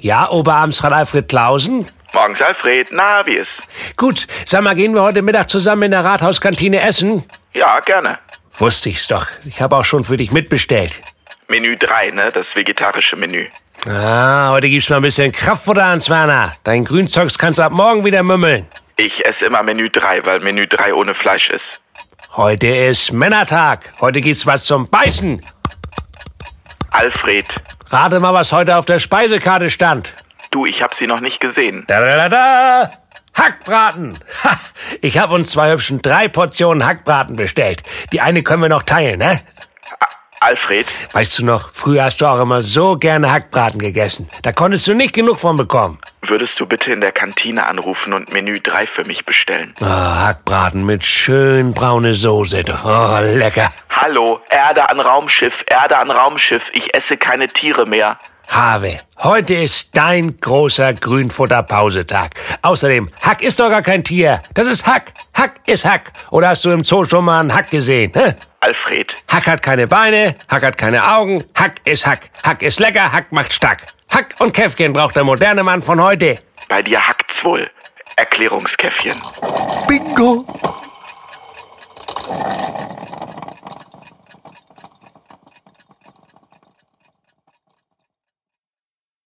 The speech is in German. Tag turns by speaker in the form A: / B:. A: Ja, Oberamtsrat Alfred Klausen?
B: Morgens, Alfred. Na, wie ist?
A: Gut, sag mal, gehen wir heute Mittag zusammen in der Rathauskantine essen?
B: Ja, gerne.
A: Wusste ich's doch. Ich habe auch schon für dich mitbestellt.
B: Menü 3, ne? Das vegetarische Menü.
A: Ah, heute gibt's mal ein bisschen Kraftfutter, Hans-Werner. Dein Grünzeugs kannst du ab morgen wieder mümmeln.
B: Ich esse immer Menü 3, weil Menü 3 ohne Fleisch ist.
A: Heute ist Männertag. Heute gibt's was zum Beißen.
B: Alfred,
A: Rate mal, was heute auf der Speisekarte stand.
B: du, ich hab sie noch nicht gesehen.
A: Da, da, da, da. Hackbraten. Ha, ich habe uns zwei hübschen drei Portionen Hackbraten bestellt. Die eine können wir noch teilen, ne?
B: A Alfred,
A: Weißt du noch, früher hast du auch immer so gerne Hackbraten gegessen. Da konntest du nicht genug von bekommen.
B: würdest du bitte in der Kantine anrufen und Menü 3 für mich bestellen?
A: Ah, Hackbraten mit schön braune Soße. Oh, lecker.
B: Hallo, Erde an Raumschiff, Erde an Raumschiff. Ich esse keine Tiere mehr.
A: Have, heute ist dein großer Grünfutterpausetag. Außerdem, Hack ist doch gar kein Tier. Das ist Hack. Hack ist Hack. Oder hast du im Zoo schon mal einen Hack gesehen? Hä?
B: Alfred,
A: Hack hat keine Beine, Hack hat keine Augen, Hack ist Hack. Hack ist lecker, Hack macht stark. Hack und Käffchen braucht der moderne Mann von heute.
B: bei dir hackt's wohl. Erklärungskäffchen.
C: Bingo!